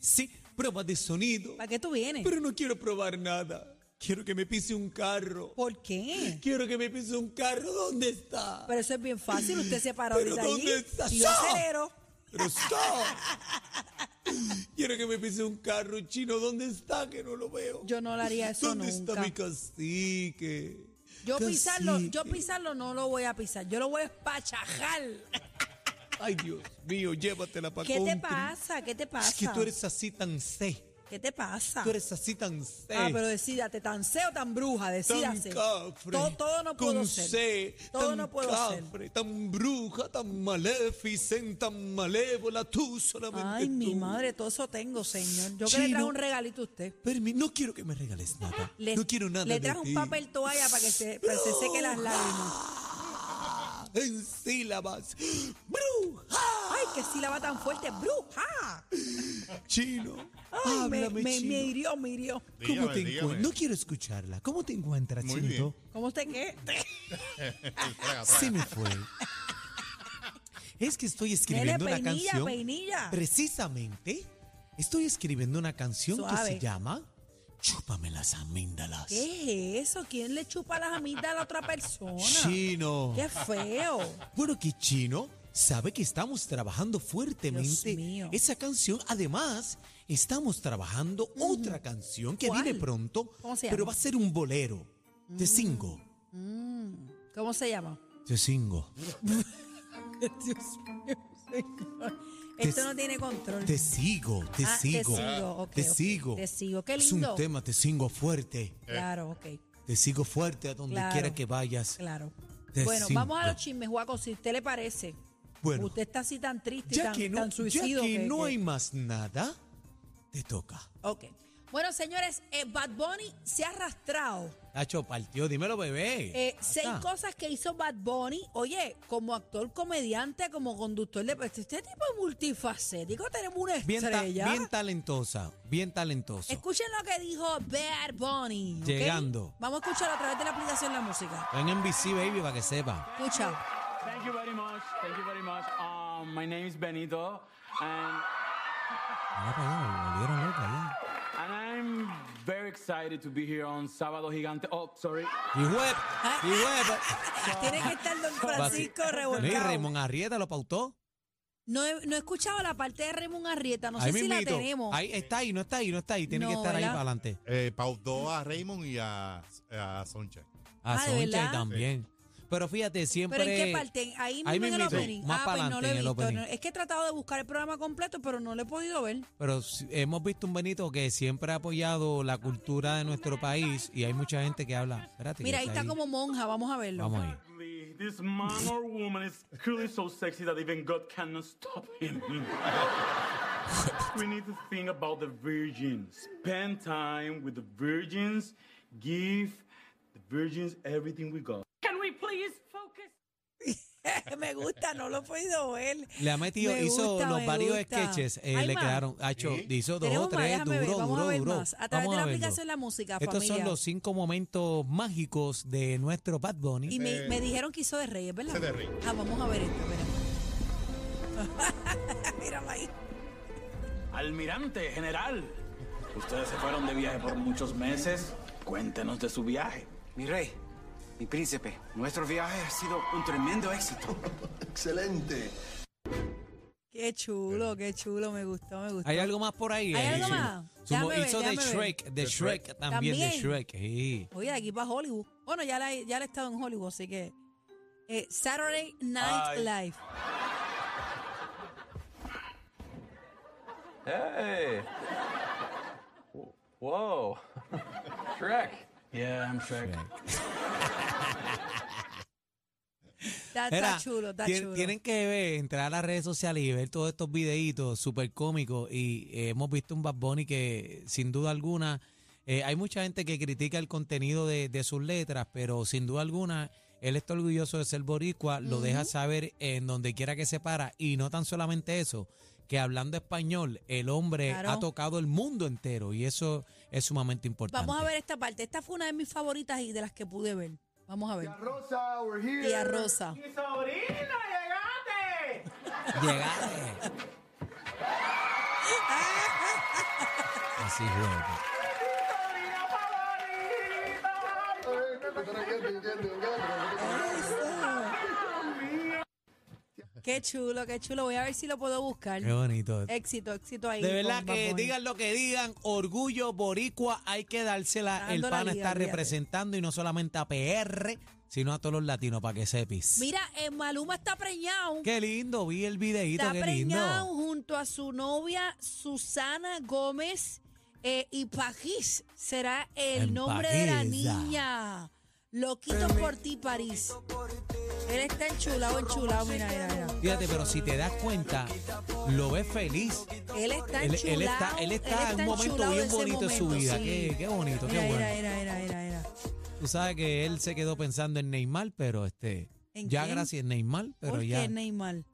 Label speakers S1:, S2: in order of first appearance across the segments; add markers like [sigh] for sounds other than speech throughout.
S1: sí, prueba de sonido.
S2: ¿Para qué tú vienes?
S1: Pero no quiero probar nada. Quiero que me pise un carro.
S2: ¿Por qué?
S1: Quiero que me pise un carro. ¿Dónde está?
S2: Pero eso es bien fácil. Usted se paró
S1: ¿Pero
S2: ahorita allí.
S1: dónde está? ¡Ah!
S2: Y yo
S1: ¡Sa!
S2: acelero.
S1: Pero está. Quiero que me pise un carro chino. ¿Dónde está? Que no lo veo.
S2: Yo no le haría eso
S1: ¿Dónde está
S2: nunca.
S1: mi cacique?
S2: Yo pisarlo,
S1: Cacique.
S2: yo pisarlo no lo voy a pisar. Yo lo voy a espachajar.
S1: Ah, Ay, Dios mío, llévatela para
S2: ¿Qué te pasa? ¿Qué te pasa?
S1: Es que tú eres así tan sé.
S2: ¿Qué te pasa?
S1: Tú eres así tan sé.
S2: Ah, pero decídate, tan seo, tan bruja,
S1: tan
S2: decídase.
S1: cafre,
S2: todo, todo no puedo
S1: con
S2: ser.
S1: sed,
S2: todo
S1: tan
S2: no puedo ser.
S1: cafre, tan bruja, tan maléfica, tan malévola, tú solamente
S2: Ay, mi
S1: tú.
S2: madre, todo eso tengo, señor. Yo que le
S1: Chino.
S2: traje un regalito a usted.
S1: Permi, no quiero que me regales nada.
S2: Ah, Le-
S1: no quiero nada
S2: Le
S1: de
S2: traje un
S1: ti.
S2: papel toalla para que se, para que se seque las lágrimas.
S1: Ah, En sílabas. Bruja.
S2: Ay, que si la va tan fuerte, bruja.
S1: Chino.
S2: Ay, me,
S1: háblame,
S2: me,
S1: chino.
S2: me hirió, me hirió.
S1: ¿Cómo te encuentras? No quiero escucharla. ¿Cómo te encuentras, Chino?
S2: ¿Cómo usted qué?
S1: Se me fue. Es que estoy
S2: Dele
S1: escribiendo una
S2: peinilla,
S1: canción.
S2: peinilla.
S1: Precisamente, estoy escribiendo una canción que
S2: Suave.
S1: se llama Chúpame las amíndalas.
S2: ¿Qué es eso? ¿Quién le chupa las amigas a la otra persona?
S1: Chino.
S2: Qué feo.
S1: Bueno, que Chino sabe que estamos trabajando fuertemente
S2: Dios mío.
S1: esa canción. Además, estamos trabajando otra canción que
S2: ¿Cuál?
S1: viene pronto,
S2: ¿Cómo se llama?
S1: pero
S2: Mm.
S1: va a ser un bolero de cinco.
S2: ¿Cómo se llama?
S1: De cinco.
S2: Dios mío, señor. Esto no tiene control.
S1: Te sigo, te
S2: Ah,
S1: sigo.
S2: Te sigo, ok,
S1: te
S2: ok.
S1: sigo.
S2: Te sigo, qué
S1: Es
S2: lindo.
S1: un tema, te sigo fuerte.
S2: Claro, ok.
S1: Te sigo fuerte a donde
S2: Claro.
S1: quiera que vayas.
S2: Claro.
S1: Te
S2: bueno,
S1: sigo.
S2: vamos a los chismes, Juaco, si a usted le parece.
S1: Bueno.
S2: Usted está así tan triste y
S1: Ya
S2: tan,
S1: que no,
S2: tan
S1: ya
S2: suicido.
S1: que
S2: que-
S1: no
S2: que-
S1: hay más nada, te toca.
S2: Ok. Bueno, señores, eh, Bad Bunny se ha arrastrado.
S1: Nacho partió, dímelo, bebé.
S2: Eh, seis
S1: Ata.
S2: cosas que hizo Bad Bunny, oye, como actor, comediante, como conductor de... Este este tipo es multifacético, tenemos una
S1: Bien, ta-
S2: estrella.
S1: bien talentosa, bien talentoso.
S2: Escuchen lo que dijo Bad Bunny. ¿ok?
S1: Llegando.
S2: Vamos a escucharlo a través de la aplicación La Música.
S1: en NBC, baby, para que sepa.
S2: Escucha.
S3: Thank you very much. Thank you very much. Um, my name is Benito, and
S1: Mira para allá, me volvieron loca
S3: and I'm very excited to be here on Sábado Gigante. Oh, sorry.
S1: ya. Y web,
S2: Ah. [laughs]
S1: y web.
S2: Tiene que estar Don Francisco
S1: No, y
S2: revolcado.
S1: Raymond Arrieta lo pautó.
S2: No he, no he escuchado la parte de Raymond Arrieta, no
S1: ahí
S2: sé si la
S1: mismito.
S2: tenemos.
S1: Ahí está ahí, no está ahí, no está ahí. Tiene que
S2: No,
S1: estar ahí
S2: ¿verdad?
S1: para adelante.
S4: Eh, pautó a Raymond y a, a Soncha.
S2: Ah,
S1: A
S2: ¿de
S1: Soncha
S2: verdad?
S1: y también. Pero fíjate, siempre.
S2: ¿Pero en qué parte? Ahí mismo
S1: Ahí
S2: en el
S1: mismito,
S2: opening.
S1: más
S2: ah, pues
S1: pa'lante
S2: no lo he
S1: en el
S2: visto.
S1: opening.
S2: no- es que he tratado de buscar el programa completo, pero no lo he podido ver.
S1: Pero si- hemos visto un Benito que siempre ha apoyado la cultura de nuestro país y hay mucha gente que habla. Espérate, que
S2: Mira, ahí está como monja, vamos a verlo.
S1: Vamos ahí.
S3: This man or woman is clearly so sexy that even God cannot stop him. we need to think about the virgins. Spend time with the virgins. Give the virgins everything we got.
S5: Can we please focus?
S2: [laughs] me gusta, no lo he podido ver.
S1: Le ha metido,
S2: Me
S1: hizo
S2: gusta,
S1: los
S2: me
S1: varios
S2: gusta.
S1: sketches, eh,
S2: Hay
S1: le
S2: más.
S1: quedaron, ha hecho, hizo dos o
S2: Tenemos más,
S1: tres,
S2: déjame
S1: duro,
S2: ver, vamos a
S1: duro,
S2: ver
S1: duro.
S2: más. A través
S1: Vamos
S2: de la
S1: a verlo.
S2: aplicación La Música,
S1: Estos
S2: familia.
S1: son los cinco momentos mágicos de nuestro Bad Bunny.
S2: Y me, me dijeron que hizo de Reyes, ¿verdad?
S4: hice Eh, de Reyes.
S2: Ah, vamos a ver esto, espera. [laughs] Míralo ahí.
S6: Almirante, general, ustedes se fueron de viaje por muchos meses. Cuéntenos de su viaje.
S7: Mi rey, mi príncipe, nuestro viaje ha sido un tremendo éxito.
S2: Qué chulo, qué chulo, me gustó, me gustó.
S1: ¿Hay algo más por ahí?
S2: ¿Hay
S1: eh,
S2: algo
S1: Jesús?
S2: más?
S1: Su-
S2: Déjame ver,
S1: hizo de
S2: déjame ver.
S1: Shrek, de Shrek, también, de
S2: También.
S1: Shrek. sí.
S2: Oye, de aquí para Hollywood. Bueno, ya la, ya la he estado en Hollywood, así que eh, Saturday Night
S6: Ay.
S2: Live.
S5: Hey. Whoa. Shrek.
S6: Yeah, I'm Shrek.
S2: Está, está
S1: Mira,
S2: chulo, está
S1: tien-
S2: chulo.
S1: Tienen que ver, entrar a las redes sociales y ver todos estos videitos súper cómicos. Y eh, hemos visto un Bad Bunny que, sin duda alguna, eh, hay mucha gente que critica el contenido de, de sus letras, pero sin duda alguna, él está orgulloso de ser boricua, lo deja saber en donde quiera que se para. Y no tan solamente eso, que hablando español, el hombre
S2: Claro.
S1: ha tocado el mundo entero. Y eso es sumamente importante.
S2: Vamos a ver esta parte. Esta fue una de mis favoritas y de las que pude ver. Vamos a ver.
S3: Rosa, we're here.
S2: Tía Rosa.
S3: Mi sobrina,
S2: [laughs]
S3: llegaste.
S1: Llegaste. Así es.
S3: Sobrina favorita.
S2: Qué chulo, qué chulo. Voy a ver si lo puedo buscar.
S1: Qué bonito.
S2: Éxito, éxito ahí.
S1: De verdad
S2: con Bad
S1: que
S2: Bunny.
S1: digan lo que digan, orgullo boricua hay que dársela.
S2: Dando
S1: El
S2: la liga,
S1: pana está
S2: olvídate.
S1: representando y no solamente a PR, sino a todos los latinos para que sepis.
S2: Mira, eh, Maluma está preñado.
S1: Qué lindo, vi el videíto,
S2: Está
S1: qué lindo.
S2: preñado junto a su novia Susana Gómez eh, y Pajís será el
S1: En
S2: nombre de la
S1: Pajís,
S2: niña. Loquito por ti, París. Él está enchulado, enchulado, mira, mira, mira.
S1: Fíjate, pero si te das cuenta, lo ves feliz.
S2: Él está
S1: Él,
S2: enchulado.
S1: él está, él está en un momento
S2: enchulado
S1: bien
S2: ese
S1: bonito en su
S2: momento,
S1: vida.
S2: sí.
S1: Qué, qué bonito,
S2: Mira,
S1: qué bueno.
S2: mira, mira, mira, mira, mira.
S1: Tú sabes que él se quedó pensando en Neymar, pero este.
S2: ¿En
S1: ya
S2: quién?
S1: gracias en Neymar, pero
S2: ¿Por
S1: ya.
S2: qué Neymar?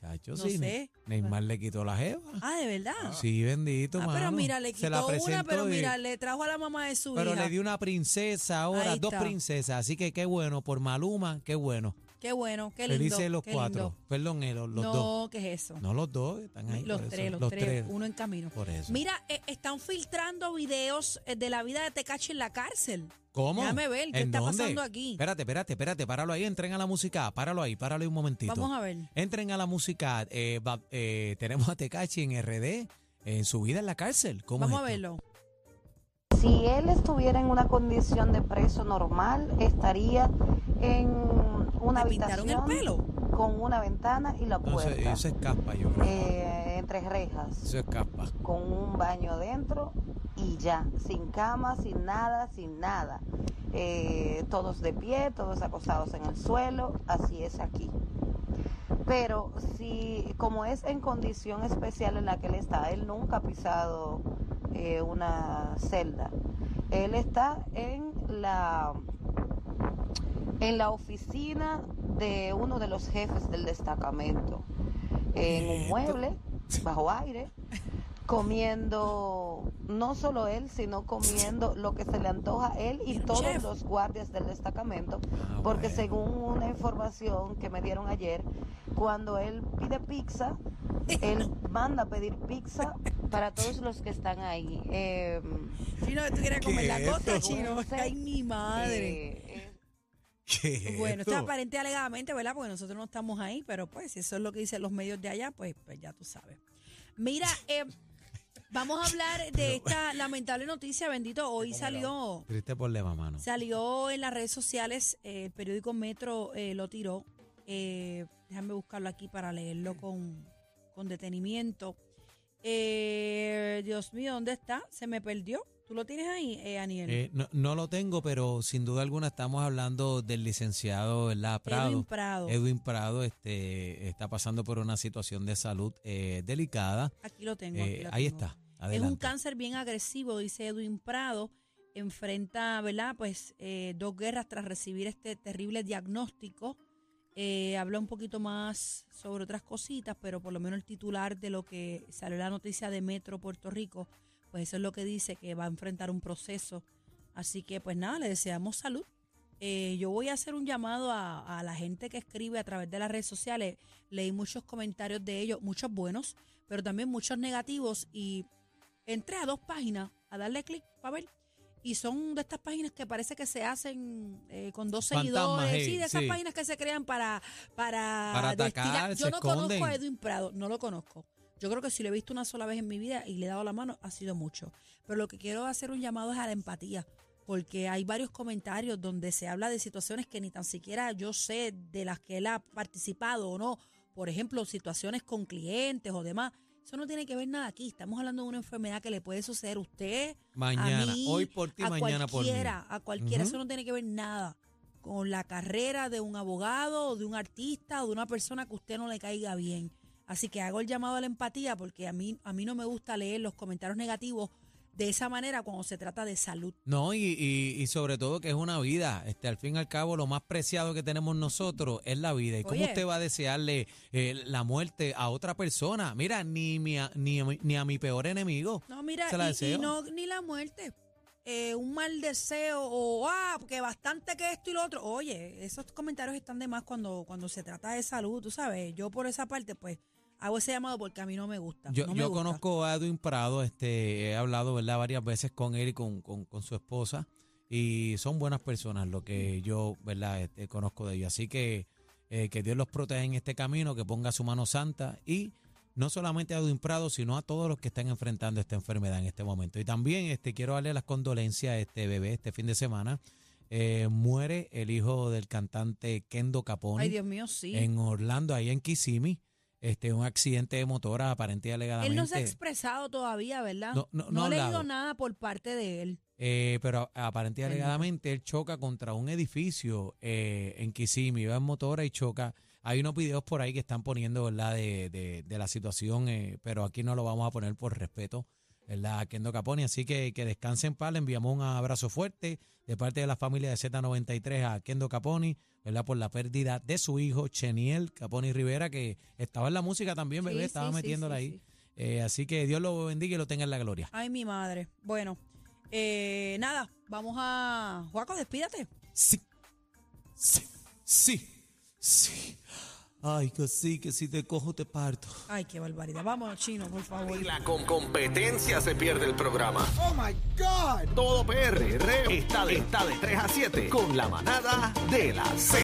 S1: Chacho,
S2: No
S1: sí,
S2: sé.
S1: Neymar le quitó la jeva.
S2: Ah, de verdad.
S1: Sí, bendito,
S2: Ah, pero
S1: mano.
S2: mira, le
S1: Se la
S2: quitó una,
S1: presentó
S2: pero
S1: y-
S2: mira, le trajo a la mamá de su
S1: Pero
S2: hija.
S1: le dio una princesa ahora,
S2: Ahí
S1: dos
S2: está.
S1: princesas. Así que qué bueno, por Maluma, qué bueno.
S2: Qué bueno, qué lindo.
S1: Felices los
S2: qué
S1: cuatro.
S2: lindo.
S1: Perdón, eh, los, los
S2: no,
S1: dos.
S2: ¿qué es eso?
S1: No los dos, están ahí.
S2: los
S1: por eso,
S2: tres, los, tres, uno en camino.
S1: Por eso.
S2: Mira, eh, están filtrando videos eh, de la vida de Tecachi en la cárcel.
S1: ¿Cómo?
S2: Déjame ver, ¿qué
S1: ¿En
S2: está
S1: dónde?
S2: pasando aquí?
S1: Espérate, espérate, espérate, páralo ahí, entren a la música, páralo ahí, páralo ahí un momentito.
S2: Vamos a ver.
S1: Entren a la música, eh, va- eh, tenemos a Tecachi en RD, en su vida en la cárcel. ¿Cómo es
S2: Vamos a
S1: esto?
S2: verlo.
S8: Si él estuviera en una condición de preso normal, estaría en una
S2: ¿Te pintaron el
S8: habitación
S2: pelo?
S8: con una ventana y la
S1: Entonces,
S8: puerta
S1: eso es caspa, yo creo.
S8: eh, entre rejas,
S1: Eso es caspa.
S8: con un baño dentro y ya, sin cama, sin nada, sin nada. Eh, todos de pie, todos acostados en el suelo, así es aquí. Pero si, como es en condición especial en la que él está, él nunca ha pisado eh, una celda. Él está en la en la oficina de uno de los jefes del destacamento, en un mueble, bajo aire, comiendo, no solo él, sino comiendo lo que se le antoja a él y
S2: Pero,
S8: todos
S2: chef.
S8: los guardias del destacamento,
S1: Ah,
S8: porque
S1: bueno.
S8: según una información que me dieron ayer, cuando él
S1: [laughs]
S8: pide pizza, él manda a pedir pizza para todos los que están ahí. Em,
S2: Chino, tú quieres comer la costa, chino.
S8: Según
S2: Ay, mi madre.
S8: eh, eh,
S1: [laughs] ¿Qué es
S2: bueno,
S1: esto?
S2: está aparente y alegadamente, ¿verdad? Porque nosotros no estamos ahí, pero pues si eso es lo que dicen los medios de allá, pues, pues ya tú sabes. Mira, eh, vamos a hablar de esta lamentable noticia, bendito. Hoy salió...
S1: Triste problema, mano.
S2: Salió en las redes sociales, eh, el periódico Metro eh, lo tiró. Eh, déjame buscarlo aquí para leerlo con, con detenimiento. Eh, Dios mío, ¿dónde está? Se me perdió. ¿Tú lo tienes ahí, eh, Aniel?
S1: Eh, no, no lo tengo, pero sin duda alguna estamos hablando del licenciado ¿verdad? Prado.
S2: Edwin Prado.
S1: Edwin Prado, este, está pasando por una situación de salud eh, delicada.
S2: Aquí lo tengo.
S1: Eh,
S2: aquí lo
S1: ahí
S2: tengo.
S1: está.
S2: Es un
S1: Adelante.
S2: cáncer bien agresivo, dice Edwin Prado. Enfrenta, ¿verdad? Pues eh, dos guerras tras recibir este terrible diagnóstico. Eh, habla un poquito más sobre otras cositas, pero por lo menos el titular de lo que salió en la noticia de Metro Puerto Rico, pues eso es lo que dice, que va a enfrentar un proceso. Así que, pues nada, le deseamos salud. Eh, yo voy a hacer un llamado a, a la gente que escribe a través de las redes sociales. Leí muchos comentarios de ellos, muchos buenos, pero también muchos negativos. Y entré a dos páginas a darle clic para ver. Y son de estas páginas que parece que se hacen eh, con dos
S1: Fantasmas,
S2: seguidores.
S1: sí,
S2: sí, de esas
S1: sí.
S2: páginas que se crean para, para,
S1: Para
S2: destilar.
S1: atacar,
S2: Yo
S1: se
S2: no conozco a
S1: esconden.
S2: Edwin Prado, no lo conozco. Yo creo que si lo he visto una sola vez en mi vida y le he dado la mano, ha sido mucho. Pero lo que quiero hacer un llamado es a la empatía. porque hay varios comentarios donde se habla de situaciones que ni tan siquiera yo sé de las que él ha participado o no. Por ejemplo, situaciones con clientes o demás. Eso no tiene que ver nada aquí. Estamos hablando de una enfermedad que le puede suceder a usted.
S1: Mañana,
S2: a mí,
S1: hoy por ti,
S2: a
S1: mañana por mí.
S2: cualquiera, A cualquiera.
S1: Ujú.
S2: Eso no tiene que ver nada con la carrera de un abogado, o de un artista o de una persona que a usted no le caiga bien. Así que hago el llamado a la empatía porque a mí, a mí no me gusta leer los comentarios negativos de esa manera cuando se trata de salud.
S1: No, y, y- y sobre todo que es una vida. Este, al fin y al cabo, lo más preciado que tenemos nosotros es la vida. ¿Y cómo
S2: Oye.
S1: usted va a desearle eh, la muerte a otra persona? Mira, ni, mi a- ni, a mi- ni a mi peor enemigo.
S2: No, mira,
S1: Se la
S2: y- y,
S1: deseo.
S2: no, ni la muerte. Eh, un mal deseo o, ah, porque bastante que esto y lo otro. Oye, esos comentarios están de más cuando, cuando se trata de salud, tú sabes. Yo por esa parte, pues, hago ese llamado porque a mí no me gusta.
S1: Yo,
S2: no me
S1: yo
S2: gusta.
S1: conozco a Edwin Prado, este, he hablado ¿verdad? varias veces con él y con, con- con su esposa, y son buenas personas lo que
S2: Mm.
S1: yo ¿verdad? Este, conozco de ellos. Así que eh, que Dios los proteja en este camino, que ponga su mano santa y no solamente a Edwin Prado, sino a todos los que están enfrentando esta enfermedad en este momento. Y también este, quiero darle las condolencias a este bebé este fin de semana. Eh, muere el hijo del cantante Kendo Capone
S2: Ay, Dios mío, sí.
S1: en Orlando, ahí en Kissimmee. Este, un accidente de motora aparente y
S2: Él
S1: alegadamente.
S2: no se ha expresado todavía, ¿verdad?
S1: No, no, no ha
S2: he leído
S1: hablado.
S2: nada por parte de él.
S1: Eh, pero aparente y
S2: Bendito.
S1: alegadamente él choca contra un edificio eh, en Kissimmee, va en motora y choca. Hay unos videos por ahí que están poniendo, ¿verdad?, de, de- de la situación, eh, pero aquí no lo vamos a poner por respeto, ¿verdad?, a Kendo Capone. Así que que descanse en paz, le enviamos un abrazo fuerte de parte de la familia de Z93 a Kendo Capone, ¿verdad?, por la pérdida de su hijo, Cheniel Capone Rivera, que estaba en la música también, bebé,
S2: Sí,
S1: estaba
S2: sí, sí,
S1: metiéndola
S2: sí,
S1: ahí.
S2: sí.
S1: Eh, así que Dios lo bendiga y lo tenga en la gloria.
S2: Ay, mi madre. Bueno, eh, nada, vamos a... Juaco, despídate.
S1: Sí. Sí. Sí. Sí. Ay, que sí, que si te cojo te parto.
S2: Ay, qué barbaridad. Vámonos, chino, por favor.
S9: La con competencia se pierde el programa. Oh my God. Todo PR está de, está de 3 a 7 con la manada de la Z.